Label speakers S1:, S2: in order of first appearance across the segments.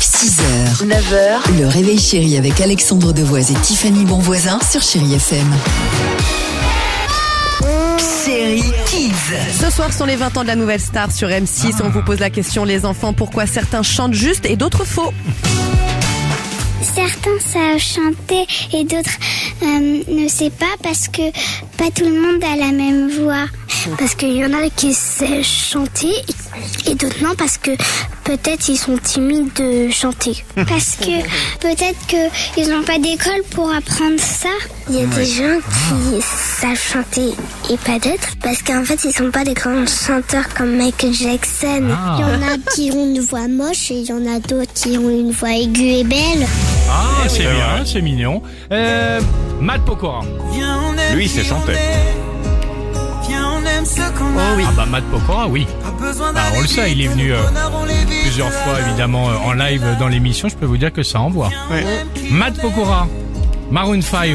S1: 6h, 9h, le réveil chéri avec Alexandre Devoise et Tiffany Bonvoisin sur Chéri FM. Série Kids.
S2: Ce soir sont les 20 ans de la nouvelle star sur M6. On vous pose la question, les enfants, pourquoi certains chantent juste et d'autres faux
S3: Certains savent chanter et d'autres euh, ne savent pas parce que pas tout le monde a la même voix. Parce qu'il y en a qui savent chanter et d'autres non parce que peut-être ils sont timides de chanter. Parce que peut-être qu'ils n'ont pas d'école pour apprendre ça. Ah. Il y a des gens qui savent chanter et pas d'autres parce qu'en fait ils sont pas des grands chanteurs comme Michael Jackson. Il y en a qui ont une voix moche et il y en a d'autres qui ont une voix aiguë et belle.
S4: Ah, c'est bien, c'est mignon. Euh, Matt Pokora.
S5: Lui, c'est chanté.
S2: Oh oui.
S4: Ah bah Matt Pokora, oui. Bah, on le sait, il est venu euh, plusieurs fois, évidemment, euh, en live euh, dans l'émission. Je peux vous dire que ça envoie. Matt Pokora, Maroon 5.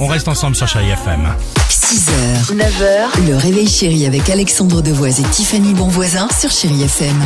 S4: On reste ensemble sur Chérie FM.
S1: 6h, 9h, le réveil chéri avec Alexandre Devoise et Tiffany Bonvoisin sur Chéri FM.